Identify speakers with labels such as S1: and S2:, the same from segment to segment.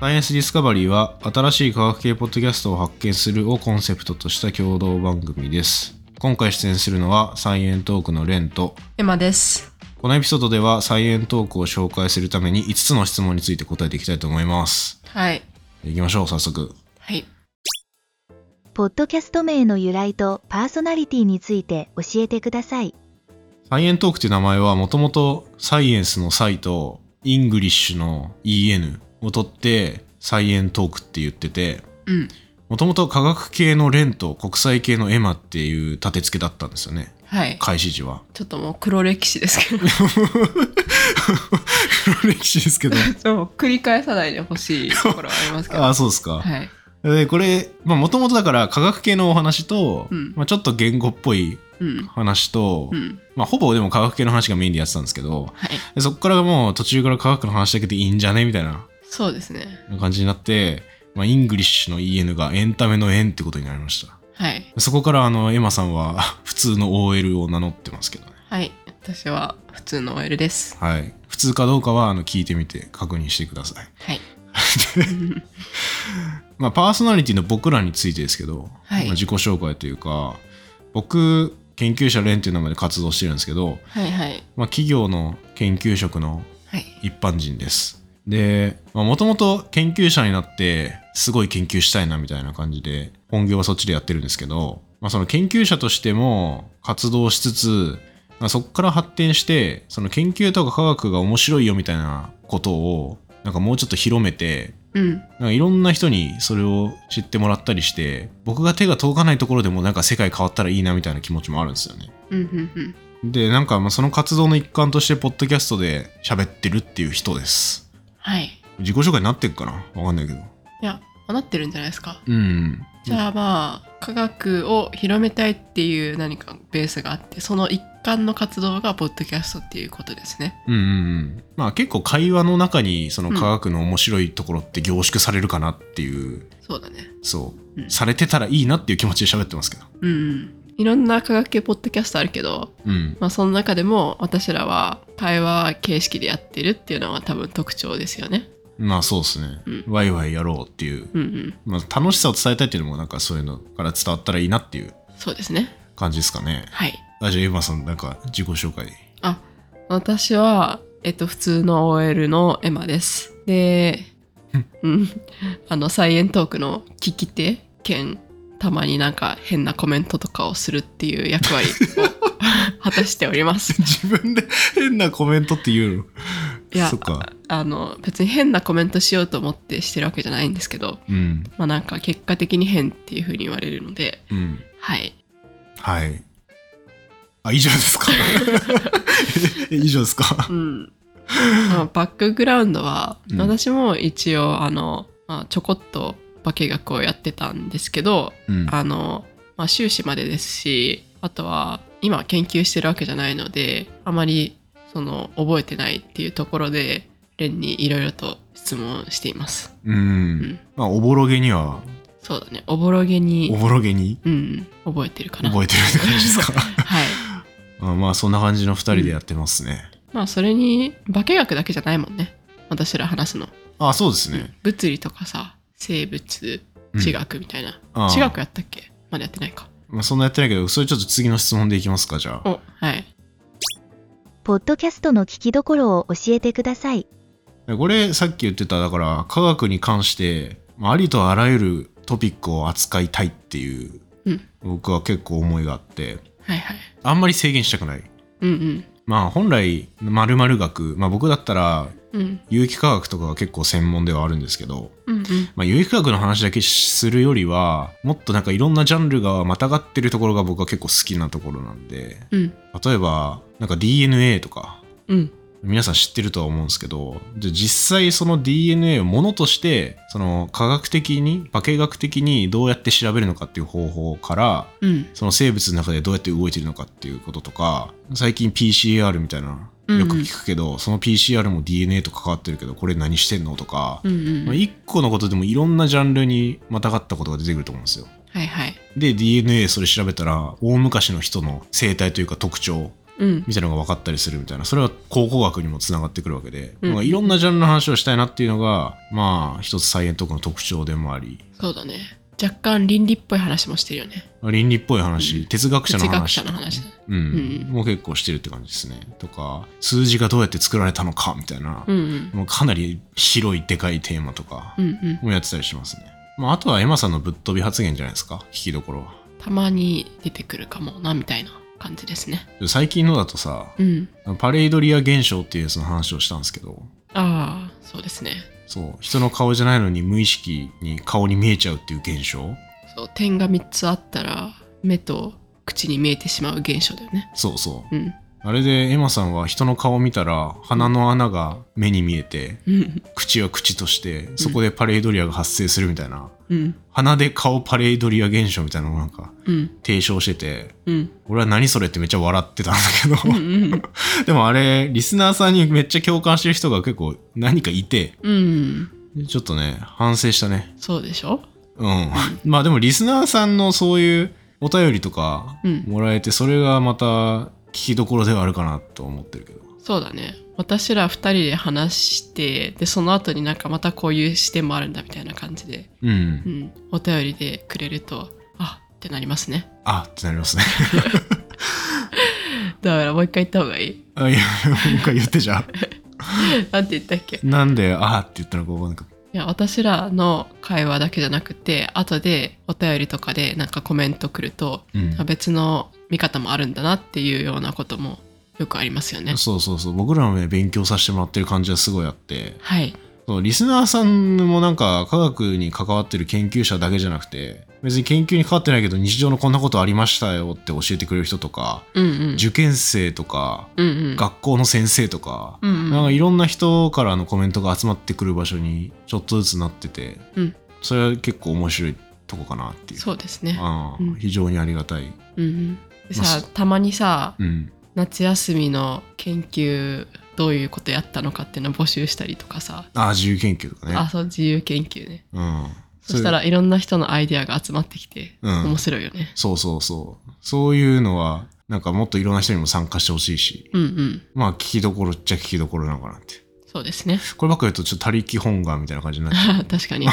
S1: サイエンスディスカバリーは新しい科学系ポッドキャストを発見するをコンセプトとした共同番組です。今回出演するのはサイエントークのレンと、
S2: エマです。
S1: このエピソードではサイエントークを紹介するために5つの質問について答えていきたいと思います。
S2: はい。
S1: 行きましょう、早速。
S2: はい。
S3: ポッドキャスト名の由来とパーソナリティについて教えてください。
S1: サイエントークという名前はもともとサイエンスのサイとイングリッシュの EN を取ってサイエントークって言ってて、
S2: うん。
S1: もともと科学系のレンと国際系のエマっていう立て付けだったんですよね。
S2: はい。
S1: 開始時は。
S2: ちょっともう黒歴史ですけど、
S1: 黒歴史ですけど。
S2: そう繰り返さないでほしいと ころはありますけど。
S1: ああ、そうですか。
S2: はい。
S1: でこれ、まあもともとだから科学系のお話と、
S2: うん
S1: まあちょっと言語っぽい
S2: うん。
S1: 話と、
S2: うん。
S1: まあほぼでも科学系の話がメインでやってたんですけど、
S2: はい。
S1: でそこからもう途中から科学の話だけでいいんじゃねみたいな
S2: そうですね。
S1: 感じになって、まあ、イングリッシュの EN がエンタメの円ってことになりました。
S2: はい。
S1: そこからあの、エマさんは普通の OL を名乗ってますけどね。
S2: はい。私は普通の OL です。
S1: はい。普通かどうかはあの聞いてみて確認してください。
S2: はい。
S1: まあ、パーソナリティの僕らについてですけど、
S2: はい
S1: まあ自己紹介というか、僕、研究者連っていう名前で活動してるんですけど、
S2: はいはい。
S1: まあ、企業の研究職の
S2: はい。
S1: 一般人です。で、もともと研究者になって、すごい研究したいなみたいな感じで、本業はそっちでやってるんですけど、まあ、その研究者としても活動しつつ、まあ、そこから発展して、その研究とか科学が面白いよみたいなことを、なんかもうちょっと広めて、
S2: うん。
S1: なんかいろんな人にそれを知ってもらったりして、僕が手が届かないところでもなんか世界変わったらいいなみたいな気持ちもあるんですよね。
S2: うんうんうん。
S1: で、なんかまあその活動の一環として、ポッドキャストで喋ってるっていう人です。
S2: はい。
S1: 自己紹介になってるかなわかんないけど。
S2: いや、なってるんじゃないですか。
S1: うん。
S2: じゃあまあ、科学を広めたいっていう何かベースがあって、その一環の活動がポッドキャストっていうことですね。
S1: うんうんうん。まあ結構会話の中に、その科学の面白いところって凝縮されるかなっていう、
S2: そうだね。
S1: そう、
S2: うん
S1: されてたらいいなっていう気持ちで喋ってますけど。
S2: うんうん。いろんな科学系ポッドキャストあるけど、
S1: うん。
S2: まあ、その中でも私らは会話形式でやってるっていうのは多分特徴ですよね。
S1: まあそうですね。
S2: うん
S1: ワイワイやろうっていう。
S2: うんうん。
S1: まあ楽しさを伝えたいっていうのも、なんかそういうのから伝わったらいいなっていう
S2: そうですね。
S1: 感じですかね。
S2: はい。
S1: あ、じゃあエヴァさん、なんか自己紹介。
S2: あ、私は、えっと、普通の OL のエマです。で、うん。あの、サイエントークの聞き手兼、たまになんか変なコメントとかをするっていう役割を 果たしております。
S1: 自分で変なコメントって言うの。
S2: いや
S1: そっか。
S2: あの、別に変なコメントしようと思ってしてるわけじゃないんですけど、
S1: うん。
S2: まあなんか結果的に変っていう風に言われるので、
S1: うん。
S2: はい。
S1: はい。あ、以上です かえ以上ですか
S2: うん、まあバックグラウンドは、
S1: うん
S2: 私も一応あの、まあ、ちょこっと化学をやってたんですけど、
S1: うん。
S2: あの、まあ、修士までですしあとは今研究してるわけじゃないのであまりその覚えてないっていうところでレンにいろいろと質問しています。
S1: う。
S2: うんん、
S1: まあ、おぼろげには、
S2: そうだねおぼろげ
S1: お
S2: に、
S1: ぼろげに
S2: うん、覚えてるかな。
S1: 覚えてるって感じです か
S2: はい
S1: あまあ、そんな感じの二人でやってますね。
S2: まあそれに化学だけじゃないもんね私ら話すの。
S1: あ、そうですね。
S2: 物理とかさ生物
S1: うん
S2: 地学みたいな、
S1: あ
S2: 地学やったっけまだやってないか
S1: まあ、そんなやってないけど、それちょっと次の質問でいきますか、じゃあ。
S2: おはい
S3: ポッドキャストの聞きどころを教えてください。
S1: これ、さっき言ってた、だから、科学に関して、まあありとあらゆるトピックを扱いたいっていう、
S2: うん
S1: 僕は結構思いがあって、
S2: はいはい
S1: あんまり制限したくない。
S2: うん
S1: まあ、本来、〇〇学、まあ、僕だったら、
S2: うんうん
S1: 有機化学とかが結構専門ではあるんですけど、
S2: うんうん
S1: まあ、有機化学の話だけするよりはもっとなんかいろんなジャンルがまたがってるところが僕は結構好きなところなんで
S2: うん
S1: 例えばなんか DNA とか
S2: うん
S1: 皆さん知ってるとは思うんですけどじゃあ実際その DNA をものとしてその科学的に化学的にどうやって調べるのかっていう方法から
S2: うん
S1: その生物の中でどうやって動いてるのかっていうこととか最近 PCR みたいな
S2: うんう
S1: よ
S2: ん
S1: く聞くけど、その PCR も DNA と関わってるけどこれ何してんのとか、
S2: うんうん
S1: まあ、1個のことでもいろんなジャンルにまたがったことが出てくると思うんですよ。
S2: はいはい
S1: で DNA それ調べたら大昔の人の生態というか特徴
S2: うん
S1: みたいなのが分かったりするみたいなそれは考古学にもつながってくるわけで、
S2: うん
S1: なんかいろんなジャンルの話をしたいなっていうのがまあ一つサイエントークの特徴でもあり
S2: そうだね若干倫理っぽい話もしてるよね
S1: 倫理っぽい話、
S2: うん
S1: 哲学者の
S2: 哲学
S1: 話
S2: 者の話だ
S1: うん
S2: うん
S1: もう結構してるって感じですねとか数字がどうやって作られたのかみたいな、
S2: うんうん
S1: もうかなり広いでかいテーマとか
S2: うんうん
S1: もやってたりしますね、まあ、あとはエマさんのぶっ飛び発言じゃないですか聞きどころは
S2: たまに出てくるかもなみたいな感じですね
S1: 最近のだとさ
S2: うん
S1: パレードリア現象っていうその話をしたんですけど
S2: ああそうですね
S1: そう人の顔じゃないのに無意識に顔に見えちゃうっていう現象
S2: そう点が3つあったら目と口に見えてしまう現象だよね
S1: そうそう
S2: うん
S1: あれでエマさんは人の顔を見たら鼻の穴が目に見えて
S2: うん
S1: 口は口としてそこでパレードリアが発生するみたいな、
S2: うん
S1: 鼻で顔パレードリア現象みたいなのをなんか
S2: うん
S1: 提唱してて
S2: うん
S1: 俺は何それってめっちゃ笑ってたんだけど、
S2: うんうん
S1: でもあれリスナーさんにめっちゃ共感してる人が結構何かいて
S2: うん
S1: ちょっとね反省したね
S2: そうでしょ
S1: うん まあでもリスナーさんのそういうお便りとか
S2: うん
S1: もらえてそれがまた聞きどころではあるかなと思ってるけど
S2: そうだね私ら2人で話してでその後になんかまたこういう視点もあるんだみたいな感じで、
S1: うん、
S2: うん、お便りでくれるとあってなりますね
S1: あってなりますね
S2: だからもう一回言った方がい い
S1: あいやもう一回言ってじゃあ
S2: なんて言ったっけい
S1: なんであって言ったのか分かんないけど
S2: や私らの会話だけじゃなくて後でお便りとかでなんかコメント来ると
S1: うん
S2: あ別の見方もあるんだなっていうようなこともよくありますよね
S1: そうそうそう僕らもね勉強させてもらってる感じはすごいあって
S2: はい
S1: そうリスナーさんもなんか科学に関わってる研究者だけじゃなくて別に研究に関わってないけど日常のこんなことありましたよって教えてくれる人とか、
S2: うんうん
S1: 受験生とか
S2: うんうん
S1: 学校の先生とか、
S2: うんうん
S1: なんかいろんな人からのコメントが集まってくる場所にちょっとずつなってて、
S2: うん
S1: それは結構面白いとこかなっていう
S2: そうですね
S1: ああ
S2: うん
S1: 非常にありがたい、
S2: うんうんで
S1: まあ
S2: さ
S1: そ
S2: たまにさ
S1: うん、
S2: 夏休みの研究どういうことやったのかっていうのを募集したりとかさ、
S1: ああ自由研究とかね
S2: あそう自由研究ね
S1: うん、
S2: そしたらいろんな人のアイデアが集まってきて、
S1: うん
S2: 面白いよね
S1: そうそうそうそういうのはなんかもっといろんな人にも参加してほしいし
S2: うんうん
S1: まあ聞きどころっちゃ聞きどころなのかなって
S2: そうですね
S1: こればっか言うとちょっと他力本願みたいな感じになっちゃ
S2: 確かに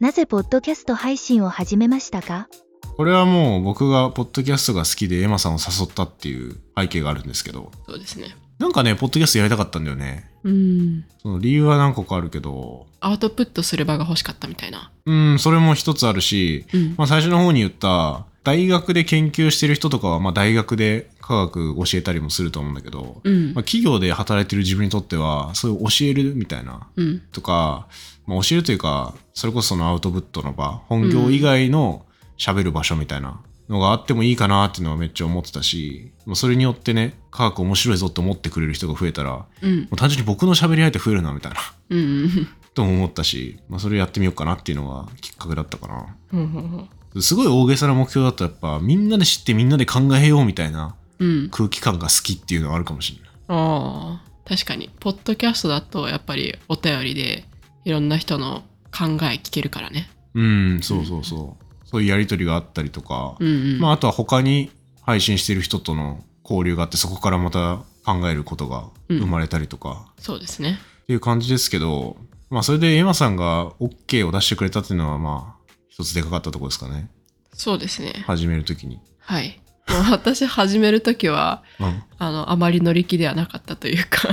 S3: なぜポッドキャスト配信を始めましたか
S1: うこれはもう僕がポッドキャストが好きでエマさんを誘ったっていう背景があるんですけど
S2: そうですね
S1: なんかねポッドキャストやりたかったんだよね
S2: うん
S1: その理由は何個かあるけど
S2: アウトプットする場が欲しかったみたいな
S1: うんそれも一つあるし、
S2: うん
S1: まあ、最初の方に言った大学で研究してる人とかは、まあ、大学で科学教えたりもすると思うんだけど、
S2: うん
S1: まあ、企業で働いてる自分にとってはそういう教えるみたいな
S2: うん
S1: とか、まあ、教えるというかそれこそそのアウトプットの場本業以外の喋る場所みたいなのがあってもいいかなっていうのはめっちゃ思ってたしまあそれによってね科学面白いぞって思ってくれる人が増えたらも
S2: うん
S1: う単純に僕の喋り相手増えるなみたいな
S2: うんうん
S1: とも思ったし、まあ、それやってみようかなっていうのがきっかけだったかな。
S2: うんうん
S1: すごい大げさな目標だとやっぱみんなで知ってみんなで考えようみたいな
S2: うん
S1: 空気感が好きっていうのはあるかもしれない。
S2: あー確かにポッドキャストだとやっぱりお便りでいろんな人の考え聞けるからね
S1: うん、そうそうそう。そういうやりとりがあったりとか、
S2: うんうん
S1: まああとは他に配信してる人との交流があってそこからまた考えることが生まれたりとか
S2: そうですね
S1: っていう感じですけど、まあそれでエマさんが OK を出してくれたっていうのはまあ一つでかかったところですかね。
S2: そうですね
S1: 始めるときに。
S2: はい。もう私始めるときは、
S1: うん。
S2: あの、あまり乗り気ではなかったというか、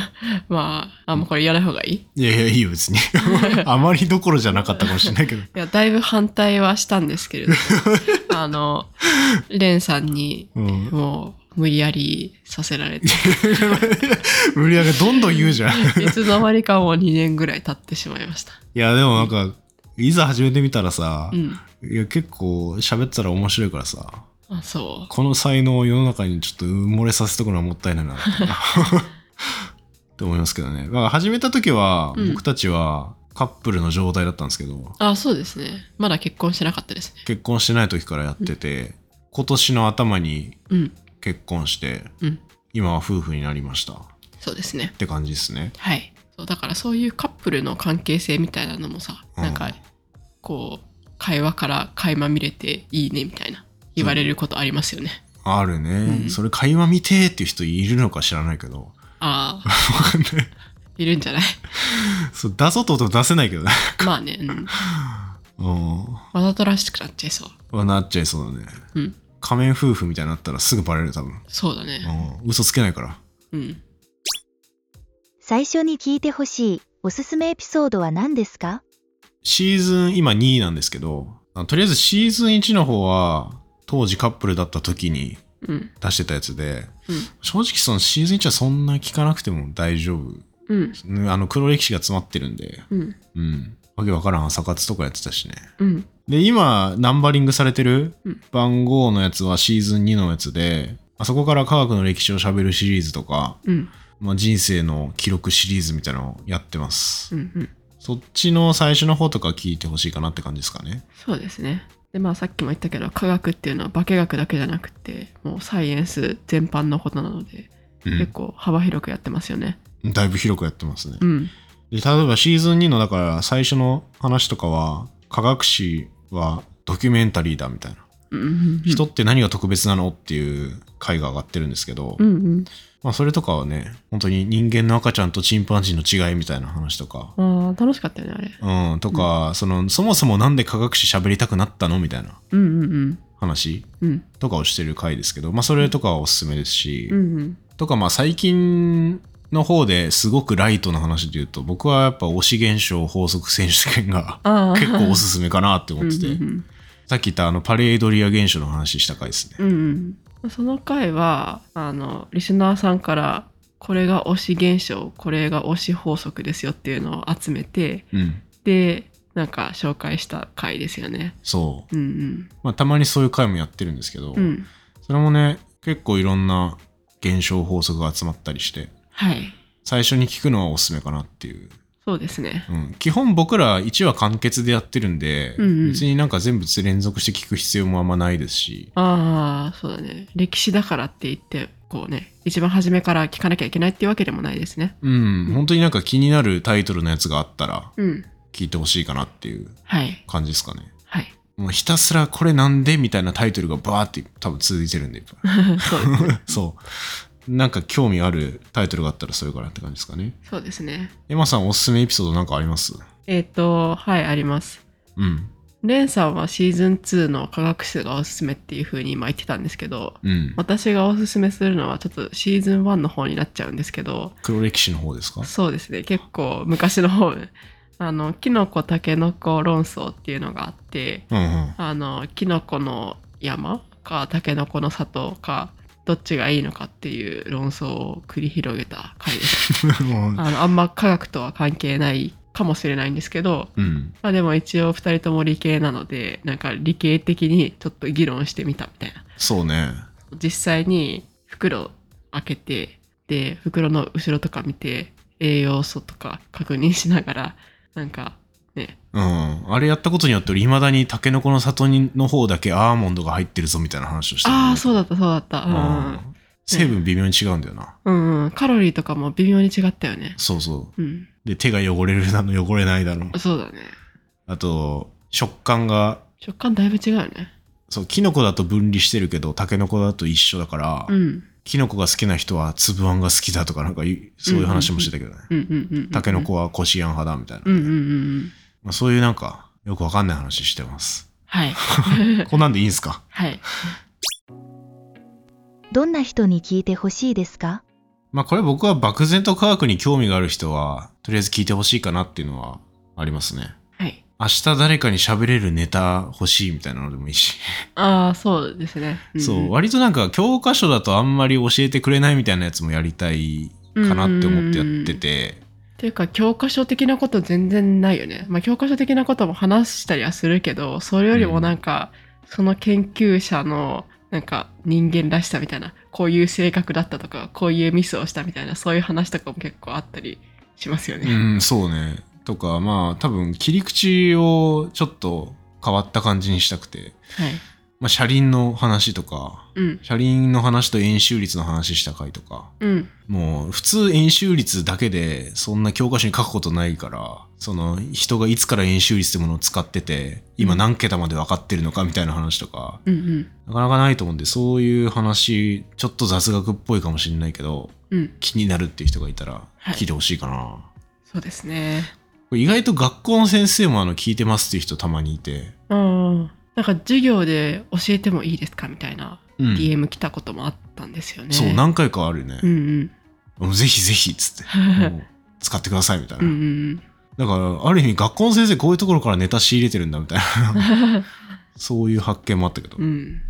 S2: まあ、あ、もうこれやらない方がいい。
S1: い
S2: い
S1: やいや、いいよ別に。 あまりどころじゃなかったかもしれないけど。
S2: や、だいぶ反対はしたんですけれども、あの、レンさんに、
S1: うん
S2: もう、無理やりさせられて、
S1: 無理やりどんどん言うじゃん。
S2: いつの間にかもう2年ぐらい経ってしまいました。
S1: いやでもなんかいざ始めてみたらさ、
S2: うん。
S1: いや結構喋ってたら面白いからさ
S2: あ、そう。
S1: この才能を世の中にちょっと埋もれさせておくのはもったいないなってって思いますけどねだから始めた時は
S2: うん
S1: 僕たちはカップルの状態だったんですけど、
S2: あ、そうですね。まだ結婚してなかったですね。
S1: 結婚してない時からやってて、今年の頭に
S2: うん。
S1: 結婚して
S2: うん。
S1: 今は夫婦になりましたっ
S2: そうですね。
S1: て感じですね
S2: はい。そうだからそういうカップルの関係性みたいなのもさ、
S1: うん
S2: なんかこう会話から垣間見れていいねみたいな言われることありますよね。
S1: ああるね、
S2: うん
S1: それ会話見てーっていう人いるのか知らないけど。
S2: あ
S1: わ
S2: あ、
S1: かんない。
S2: いるんじゃない
S1: そう出そうと思っても出せないけどね。
S2: まあね、うん。
S1: うん。
S2: わざとらしくなっちゃいそう。
S1: はなっちゃいそうだね。
S2: うん。
S1: 仮面夫婦みたいになったらすぐバレるよ多分。
S2: そうだね。
S1: うん。嘘つけないから。
S2: うん。
S3: 最初に聞いてほしいおすすめエピソードは何ですか
S1: シーズン今2位なんですけど、あとりあえずシーズン1の方は、当時カップルだった時に
S2: うん。
S1: 出してたやつで、
S2: うん
S1: 正直そのシーズン1はそんな聞かなくても大丈夫。
S2: うん。
S1: うんあの黒歴史が詰まってるんで、
S2: うん。
S1: うん。わけわからん朝活とかやってたしね。
S2: うん。
S1: で、今、ナンバリングされてる
S2: うん
S1: 番号のやつはシーズン2のやつで、あそこから科学の歴史を喋るシリーズとか、
S2: うん。
S1: まあ、人生の記録シリーズみたいなのをやってます。
S2: うん。うん。
S1: そっちの最初の方とか聞いてほしいかなって感じですかね。
S2: そうですね。でまあさっきも言ったけど科学っていうのは化学だけじゃなくてもうサイエンス全般のことなので、結構幅広くやってますよね。
S1: うん。だいぶ広くやってますね
S2: う。ん。
S1: で例えばシーズン2のだから最初の話とかは科学史はドキュメンタリーだみたいな、
S2: うんうん
S1: 人って何が特別なのっていう回が上がってるんですけど、
S2: うんうん。
S1: まあ、それとかはね本当に人間の赤ちゃんとチンパンジーの違いみたいな話とか、
S2: ああ楽しかったよねあれ。
S1: うん、とか、そのそもそもなんで科学史喋りたくなったのみたいな
S2: うんうんうん。
S1: 話
S2: うん
S1: とかをしてる回ですけど、まあ、それとかはおすすめですし、
S2: うんうん。
S1: とかまあ最近の方ですごくライトな話で言うと僕はやっぱ推し現象法則選手権が
S2: ああ
S1: 結構おすすめかなって思ってて、
S2: うんうん
S1: さっき言ったあのパレードリア現象の話した回ですね。
S2: うんうんうん。その回はあのリスナーさんからこれが推し現象これが推し法則ですよっていうのを集めて
S1: うん、
S2: でなんか紹介した回ですよね。
S1: そう、
S2: うん
S1: まあ、たまにそういう回もやってるんですけど、
S2: うん。うん。
S1: それもね結構いろんな現象法則が集まったりして
S2: はい。
S1: 最初に聞くのはおすすめかなっていう、
S2: そうですね。
S1: うん、基本僕ら1話完結でやってるんで、
S2: うんうん
S1: 別になんか全部連続して聞く必要もあんまないですし
S2: ああ、そうだね。歴史だからって言って、こうね、一番初めから聞かなきゃいけないっていうわけでもないですね。
S1: うん本当になんか気になるタイトルのやつがあったら
S2: うん。
S1: 聞いてほしいかなっていう
S2: はい。
S1: 感じですかね
S2: はい。
S1: もうひたすらこれなんでみたいなタイトルがバーって多分続いてるんでいっぱい
S2: そうですね。
S1: そう。なんか興味あるタイトルがあったらそれからって感じですかね。
S2: そうですね。
S1: エマさんおすすめエピソードなんかあります
S2: えっ、と、はい、あります。
S1: うん。
S2: レンさんはシーズン2の科学数がおすすめっていう風に今言ってたんですけど、
S1: うん。
S2: 私がおすすめするのはちょっとシーズン1の方になっちゃうんですけど、
S1: 黒歴史の方ですか
S2: そうですね、結構昔の方、あの、キノコタケノコ論争っていうのがあって、
S1: うんうん。
S2: あのキノコの山かタケノコの里かどっちがいいのかっていう論争を繰り広げた回です
S1: も
S2: あのあんま科学とは関係ないかもしれないんですけど、
S1: ううん。
S2: まあ、でも一応2人とも理系なのでなんか理系的にちょっと議論してみたみたいな
S1: そうね。
S2: 実際に袋開けてで袋の後ろとか見て栄養素とか確認しながらなんかね
S1: うん。あれやったことによって俺未だにタケノコの里にの方だけアーモンドが入ってるぞみたいな話をしてる
S2: ああそうだったそうだった、
S1: う
S2: うん、
S1: ん。成分微妙に違うんだよな。
S2: うんうん、カロリーとかも微妙に違ったよね。
S1: そうそ
S2: うん、
S1: う。で、手が汚れるだの、汚れないだの。
S2: そうだね。
S1: あと、食感が、
S2: 食感だいぶ違うよね。
S1: そう、キノコだと分離してるけど、タケノコだと一緒だから、
S2: うん、
S1: キノコが好きな人は粒あんが好きだとかなんかいそういう話もしてたけどね。
S2: うん、うん、うん。
S1: タケノ。コはこしあん派だみたいな。
S2: うん、うん、うん。
S1: まあ、そういうなんかよくわかんない話してます。
S2: はい。
S1: こんなんでいいんすか
S2: はい。
S3: どんな人に聞いてほしいですか
S1: まあこれ僕は漠然と科学に興味がある人はとりあえず聞いてほしいかなっていうのはありますね。
S2: はい。
S1: 明日誰かに喋れるネタ欲しいみたいなのでもいいし。
S2: ああ、そうですね。
S1: そう、割となんか教科書だとあんまり教えてくれないみたいなやつもやりたいかなって思ってやって
S2: う
S1: て。
S2: ん。っていうか、教科書的なこと全然ないよね。まあ、教科書的なことも話したりはするけど、それよりもなんか、その研究者の、なんか人間らしさみたいな、こういう性格だったとか、こういうミスをしたみたいな、そういう話とかも結構あったりしますよね。
S1: うん、そうね。とか、まあ、多分切り口をちょっと変わった感じにしたくて。
S2: はい。
S1: まあ、車輪の話とか、
S2: うん
S1: 車輪の話と円周率の話した回とか、
S2: うん
S1: もう普通円周率だけでそんな教科書に書くことないからその人がいつから円周率ってものを使ってて今何桁まで分かってるのかみたいな話とか
S2: うんうん
S1: なかなかないと思うんでそういう話ちょっと雑学っぽいかもしれないけど
S2: うん
S1: 気になるっていう人がいたら
S2: はい
S1: 聞いてほしいかな、
S2: そうですね
S1: これ意外と学校の先生もあの聞いてますっていう人たまにいて、
S2: うんなんか授業で教えてもいいですかみたいな
S1: うん
S2: DM 来たこともあったんですよね、
S1: そう何回かあるよね
S2: う、ん
S1: もうぜひぜひっ つって
S2: うん
S1: もう使ってくださいみたいな、
S2: うんうん
S1: だからある意味学校の先生こういうところからネタ仕入れてるんだみたいな そういう発見もあったけど、
S2: うん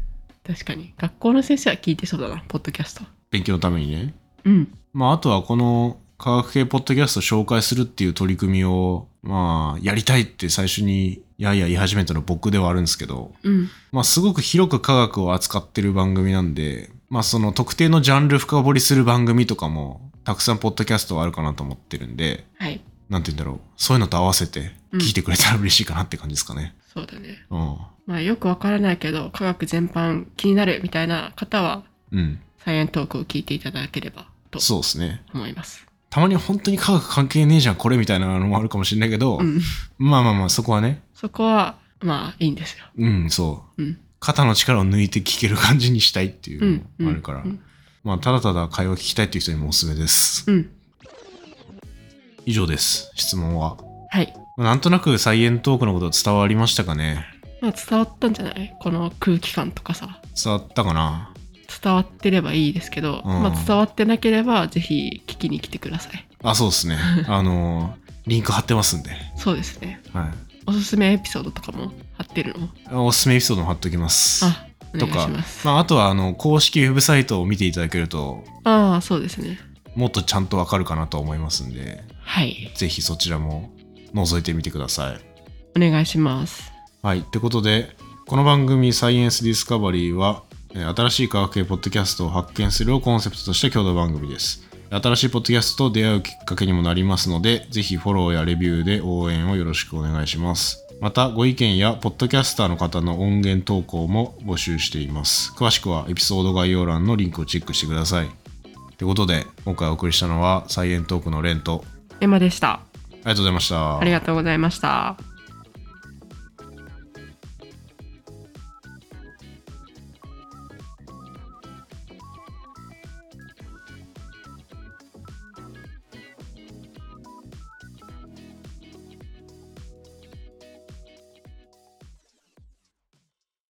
S2: 確かに学校の先生は聞いてそうだなポッドキャスト
S1: 勉強のためにね。
S2: うん
S1: まあ、あとはこの科学系ポッドキャスト紹介するっていう取り組みを、まあ、やりたいって最初に、いやいや言い始めたの僕ではあるんですけど、
S2: うん
S1: まあ、すごく広く科学を扱ってる番組なんで、まあ、その特定のジャンル深掘りする番組とかも、たくさんポッドキャストはあるかなと思ってるんで、
S2: はい
S1: なんて言うんだろう。そういうのと合わせて、聞いてくれたら嬉しいかなって感じですかね。
S2: そうだね
S1: うん。
S2: まあよくわからないけど科学全般気になるみたいな方は
S1: うん。
S2: サイエントークを聞いていただければと
S1: そうですね。
S2: 思います
S1: たまに本当に科学関係ねえじゃん、これみたいなのもあるかもしれないけど、
S2: うん
S1: まあまあまあ、そこはね、
S2: そこはまあいいんですよ
S1: うん、そう。
S2: うん
S1: 肩の力を抜いて聞ける感じにしたいっていううんのもあるから、
S2: うん
S1: まあ、ただただ会話聞きたいっていう人にもおすすめです。
S2: うん
S1: 以上です、質問は。
S2: はい
S1: まあなんとなくサイエントークのこと伝わりましたかね
S2: まあ伝わったんじゃないこの空気感とかさ
S1: 伝わったかな
S2: 伝わってればいいですけど、
S1: ん
S2: まあ、伝わってなければぜひ聞きに来てください
S1: あ、そう ですね。あのーリンク貼ってますんで。
S2: そうですね
S1: はい。
S2: おすすめエピソードとかも貼ってるの
S1: あおすすめエピソードも貼っときます。
S2: あお
S1: と
S2: 願い
S1: か
S2: します、
S1: まあ、あとは、あの、公式ウェブサイトを見ていただけると、
S2: ああそうですね
S1: もっとちゃんとわかるかなと思いますんで、
S2: はい
S1: ぜひそちらも覗いてみてください。
S2: お願いします
S1: はい。ってことで、この番組サイエンスディスカバリーは、えー新しい科学系ポッドキャストを発見するをコンセプトとした共同番組です。新しいポッドキャストと出会うきっかけにもなりますので、ぜひフォローやレビューで応援をよろしくお願いします。また、ご意見やポッドキャスターの方の音源投稿も募集しています。詳しくはエピソード概要欄のリンクをチェックしてください。ってことで、今回お送りしたのはサイエントークのレンと、
S2: エマでした
S1: ありがとうございました。
S2: ありがとうございました